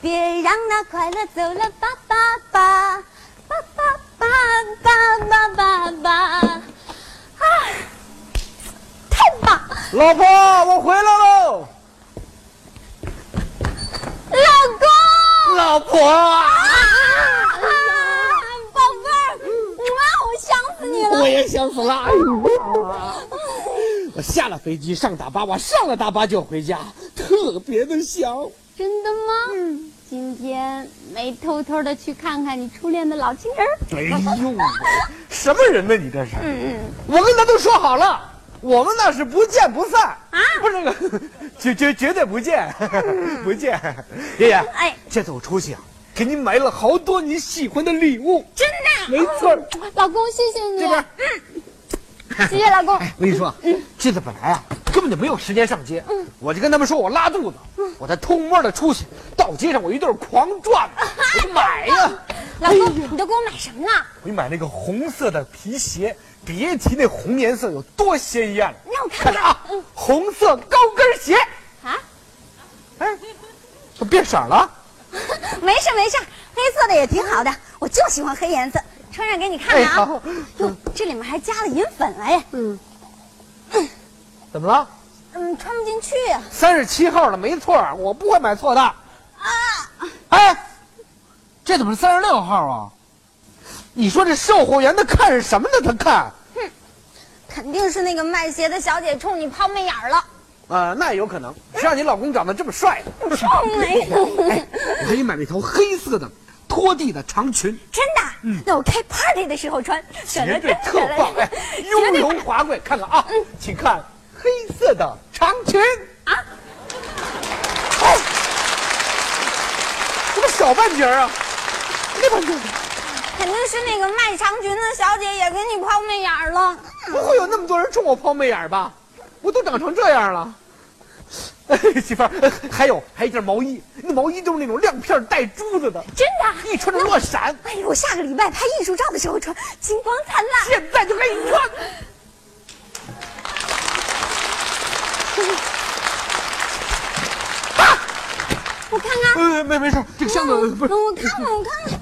别让那快乐走了，吧吧吧，吧吧吧吧吧吧吧，啊，太棒！老婆，我回来喽！老公，老婆，啊，宝贝儿，哇，我想死你了！我也想死了。哎呦我下了飞机上大巴，我上了大巴就回家，特别的想。真的吗？嗯，今天没偷偷的去看看你初恋的老情人儿？哎呦，什么人呢？你这是？嗯我跟他都说好了，我们那是不见不散啊！不是那个，绝绝绝对不见，不见。爷爷，哎这次我出去啊，给你买了好多你喜欢的礼物。真的。没错儿，老公，谢谢你。这边嗯，谢谢老公。哎我跟你说，啊这次本来啊根本就没有时间上街，我就跟他们说我拉肚子，我才偷摸的出去，到街上我一顿狂转，我买呀，老公，你都给我买什么了？我买那个红色的皮鞋，别提那红颜色有多鲜艳了。让我看看着看。啊，红色高跟鞋，啊，哎，都变色了。没事没事，黑色的也挺好的，我就喜欢黑颜色。穿上给你看看哎啊好！哟，这里面还加了银粉哎，怎么了？嗯，穿不进去。三十七号了，没错儿，我不会买错的。啊，哎，这怎么是三十六号啊？你说这售货员他看是什么呢？他看，肯定是那个卖鞋的小姐冲你抛媚眼儿了。啊，那有可能。谁让你老公长得这么帅呢？冲没哎有？我给你买了一条黑色的拖地的长裙， 真的？那我开 party 的时候穿，选绝的对嗯特棒！ 哎，绝雍对容华贵，看看啊，请看黑色的长裙。啊！哎，怎么小半截儿啊？那半截儿肯定是那个卖长裙的小姐也给你抛媚眼儿了。不会有那么多人冲我抛媚眼儿吧？我都长成这样了。 哎、媳妇儿，呃还有还有一件毛衣，那毛衣都是那种亮片儿带珠子的，真的？一穿就落闪。哎呦，我下个礼拜拍艺术照的时候穿，金光灿烂。现在就可以穿。我看看，呃，没没事，这个箱子呃不嗯是啊我看看，我看看。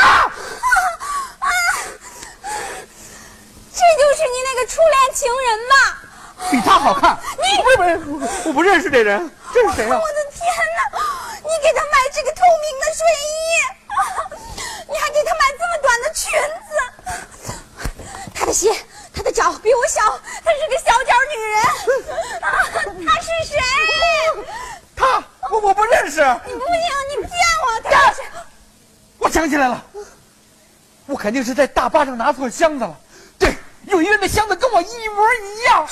啊啊啊！这就是你那个初恋情人吧？比他好看。你不是不是，我不认识这人，这是谁啊我？的天哪！你给他买这个透明的睡衣，啊你还给他买这么短的裙子。他的鞋，他的脚比我小，她是个小脚女人。啊，他是谁？他，我我不认识。你不行，你骗我！他是我想起来了，我肯定是在大巴上拿错箱子了。对，有一个人的箱子跟我一模一样。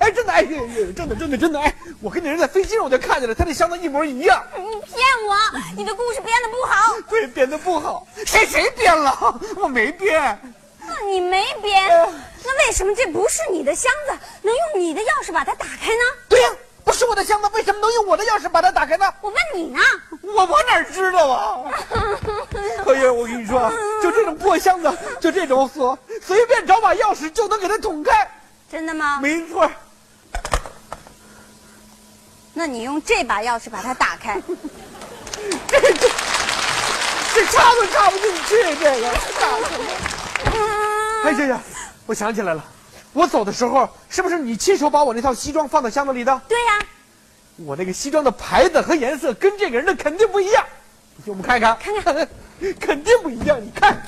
哎，真的，哎，哎哎真的，真的，真的，哎，我跟那人在飞机上我就看见了，他那箱子一模一样。你骗我！你的故事编的不好，对，编的不好，谁谁编了？我没编。你没编。那为什么这不是你的箱子？能用你的钥匙把它打开呢？对呀、不是我的箱子，为什么能用我的钥匙把它打开呢？我问你呢。我我哪知道啊！哎呀，我跟你说啊，就这种破箱子，就这种锁，随便找把钥匙就能给它捅开。真的吗？没错，那你用这把钥匙把它打开。这这这插都插不进去，这个。哎呀呀，我想起来了，我走的时候是不是你亲手把我那套西装放到箱子里的？ 对呀、我那个西装的牌子和颜色跟这个人的肯定不一样，我们看看，看看， 肯定不一样。你看，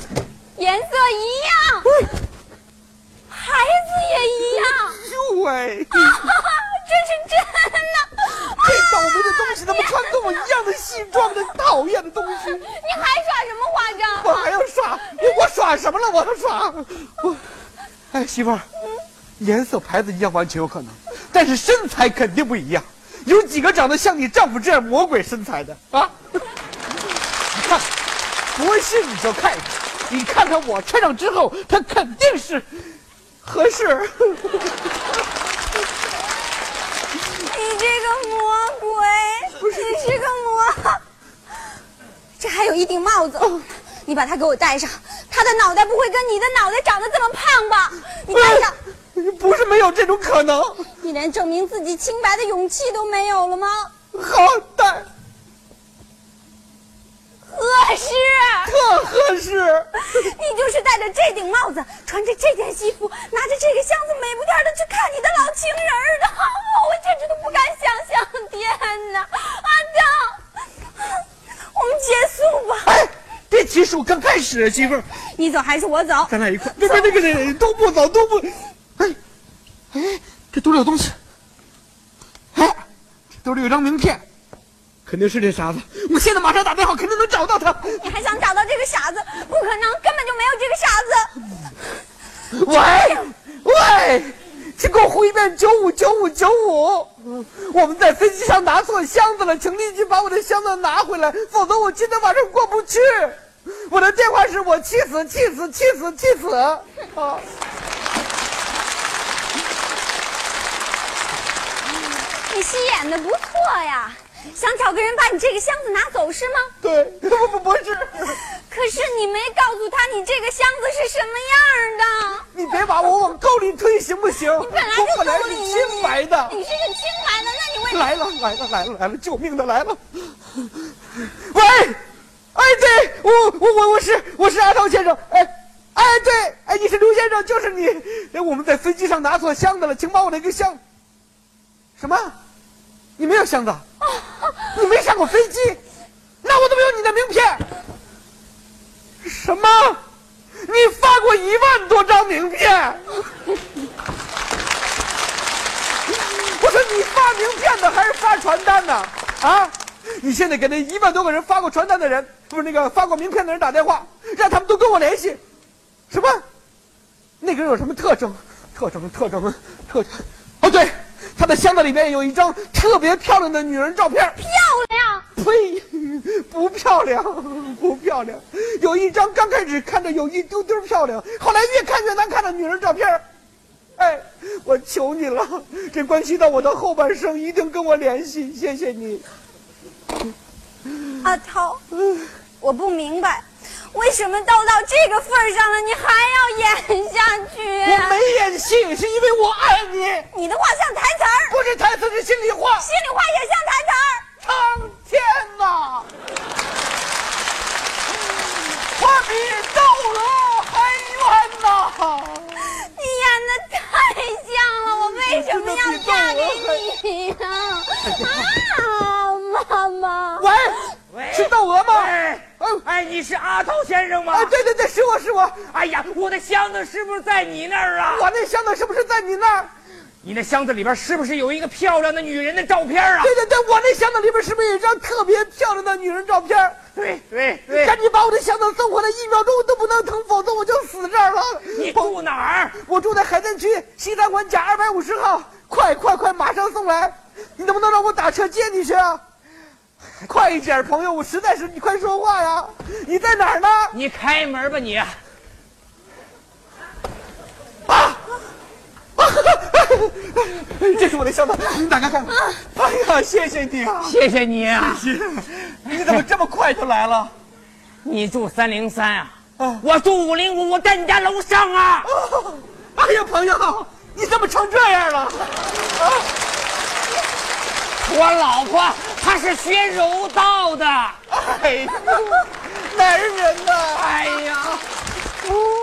颜色一样，孩子也一样， 呦喂，啊、这是真的。 这倒霉的东西怎么穿跟我一样的西装？这讨厌的东西，你还耍什么花招我啊？还要耍，我我耍什么了？我要耍，我，哎，媳妇儿，颜色牌子一样完全有可能，但是身材肯定不一样。有几个长得像你丈夫这样魔鬼身材的啊？ 你看，不信你就看一看，你看看我穿上之后，他肯定是合适。你这个魔鬼，你是个魔。这还有一顶帽子，你把它给我戴上。他的脑袋不会跟你的脑袋长得这么胖吧？你戴上， 不是没有这种可能。你连证明自己清白的勇气都没有了吗？好戴，合适。特合适。啊 你就是戴着这顶帽子，穿着这件西服，拿着这个箱子，美不颠的去看你的老情人儿的，我简直都不敢想象！天哪，阿正，我们结束吧。哎，这起数刚开始，媳妇儿，你走还是我走？咱俩一块。别别，那个谁都不走，都不。哎，哎，这兜里有东西。哎，这兜里有张名片，肯定是这傻子。我现在马上打电话，肯定能找到他。你还想找到这个傻子？不可能，根本就没有这个傻子。喂喂，请给我回一遍九五九五九五。我们在飞机上拿错箱子了，请立即把我的箱子拿回来，否则我今天晚上过不去。我的电话是我气死气死气死气死啊！你戏演的不错呀，想找个人把你这个箱子拿走是吗？对，不不不是，可是你没告诉他你这个箱子是什么样儿的。你别把我往沟里推行不行？你本来我就本来够是你清白的。你是个清白的，那你为来了来了来了来了，救命的来了！喂，哎对，我我我我是我是阿涛先生，哎哎对，哎你是刘先生，就是你。哎，我们在飞机上拿错箱子了，请把我那个箱。什么？你没有箱子？啊啊你没上过飞机？那我怎么有你的名片？什么？你发过一万多张名片？ 我说你发名片呢，还是发传单呢？啊！你现在给那一万多个人发过传单的人，不是那个发过名片的人打电话，让他们都跟我联系。什么？那个人有什么特征？特征？特征？特征？哦，对，他的箱子里面有一张特别漂亮的女人照片。漂亮？呸， 不漂亮，不漂亮。有一张刚开始看着有一丢丢漂亮，后来越看越难看的女人照片儿。哎，我求你了，这关系到我的后半生，一定跟我联系，谢谢你。阿涛，啊我不明白，为什么都到这个份儿上了，你还要演下我去？啊没演戏，是因为我爱你，你的话像台词儿，不是台词，是心里话。心里话也像台词儿。苍天呐，我比窦娥还冤呐！你演的太像了，我为什么要嫁给你呀、啊？妈妈，喂，是窦娥吗？哎嗯哎，你是阿涛先生吗？啊，对对对，是我是我，哎呀，我的箱子是不是在你那儿啊？我那箱子是不是在你那儿？你那箱子里边是不是有一个漂亮的女人的照片啊？对对对，我那箱子里边是不是有一张特别漂亮的女人照片？对对对赶紧把我的箱子送回来，一秒钟都不能腾，否则我就死这儿了。你住哪儿？我住在海淀区西三环甲二百五十号，快快快，马上送来！你能不能让我打车接你去啊？快一点，朋友，我实在是你快说话呀！你在哪儿呢？你开门吧你！哎这是我的箱子，你打开看。哎呀，谢谢你啊！谢谢你啊！你怎么这么快就来了？你住三零三啊？啊我住五零五，我在你家楼上啊！ 哎呀，朋友，你怎么成这样了？我老婆她是学柔道的。哎，男人呐！哎呀，哦